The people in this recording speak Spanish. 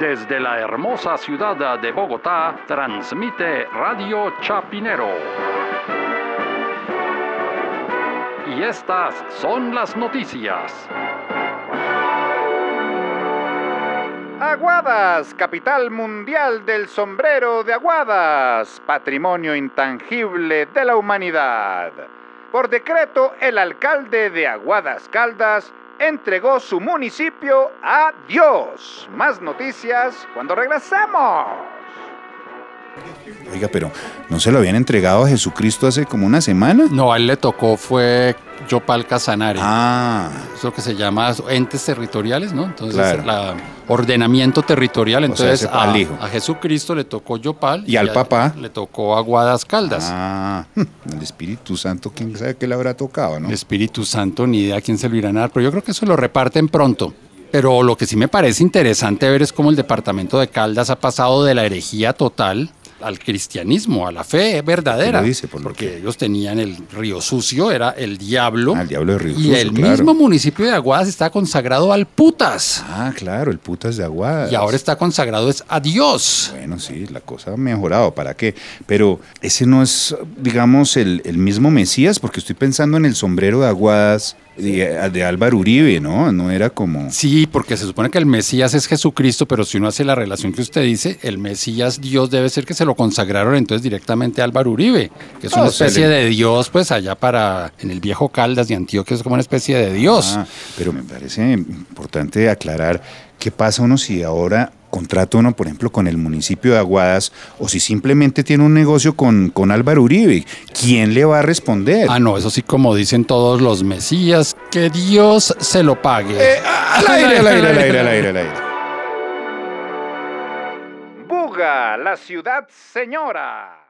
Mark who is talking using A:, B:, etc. A: Desde la hermosa ciudad de Bogotá, transmite Radio Chapinero. Y estas son las noticias.
B: Aguadas, capital mundial del sombrero de Aguadas, patrimonio intangible de la humanidad. Por decreto, el alcalde de Aguadas Caldas entregó su municipio a Dios. Más noticias cuando regresemos.
C: Oiga, pero ¿no se lo habían entregado a Jesucristo hace como una semana?
D: No, a él le tocó fue Yopal Casanare.
C: Ah,
D: Es lo que se llama entes territoriales, ¿no? Entonces,
C: Claro.
D: la ordenamiento territorial.
C: O sea,
D: Entonces,
C: ese-
D: a,
C: al hijo.
D: a Jesucristo le tocó Yopal.
C: Y al
D: a-
C: papá.
D: Le tocó Aguadas Caldas.
C: ah, el Espíritu Santo, quién sabe qué le habrá tocado, ¿no?
D: El Espíritu Santo, ni idea a quién se lo irán a dar, pero yo creo que eso lo reparten pronto. Pero lo que sí me parece interesante ver es cómo el departamento de Caldas ha pasado de la herejía total al cristianismo, a la fe verdadera.
C: Lo dice, por lo
D: porque ellos tenían el río sucio, era el diablo.
C: Ah, el diablo de Río
D: y
C: Sucio,
D: el
C: claro.
D: mismo municipio de Aguadas está consagrado al putas.
C: Ah, claro, el putas de Aguadas.
D: Y ahora está consagrado es a Dios.
C: Bueno, sí, la cosa ha mejorado, ¿para qué? Pero ese no es, digamos, el, el mismo Mesías, porque estoy pensando en el sombrero de Aguadas de, de Álvaro Uribe, ¿no? No era como...
D: Sí, porque se supone que el Mesías es Jesucristo, pero si uno hace la relación que usted dice, el Mesías Dios debe ser que se lo consagraron entonces directamente a Álvaro Uribe, que es
C: Ah,
D: una
C: o sea,
D: especie
C: le-
D: de Dios, pues allá para en el viejo Caldas de Antioquia es como una especie de Dios.
C: Ah, pero me parece importante aclarar qué pasa uno si ahora contrata uno, por ejemplo, con el municipio de Aguadas o si simplemente tiene un negocio con, con Álvaro Uribe. ¿Quién le va a responder?
D: Ah, no, eso sí, como dicen todos los Mesías, que Dios se lo pague.
C: Eh, ah, al aire, al aire, al aire, al aire, al aire.
B: Buga, la ciudad señora.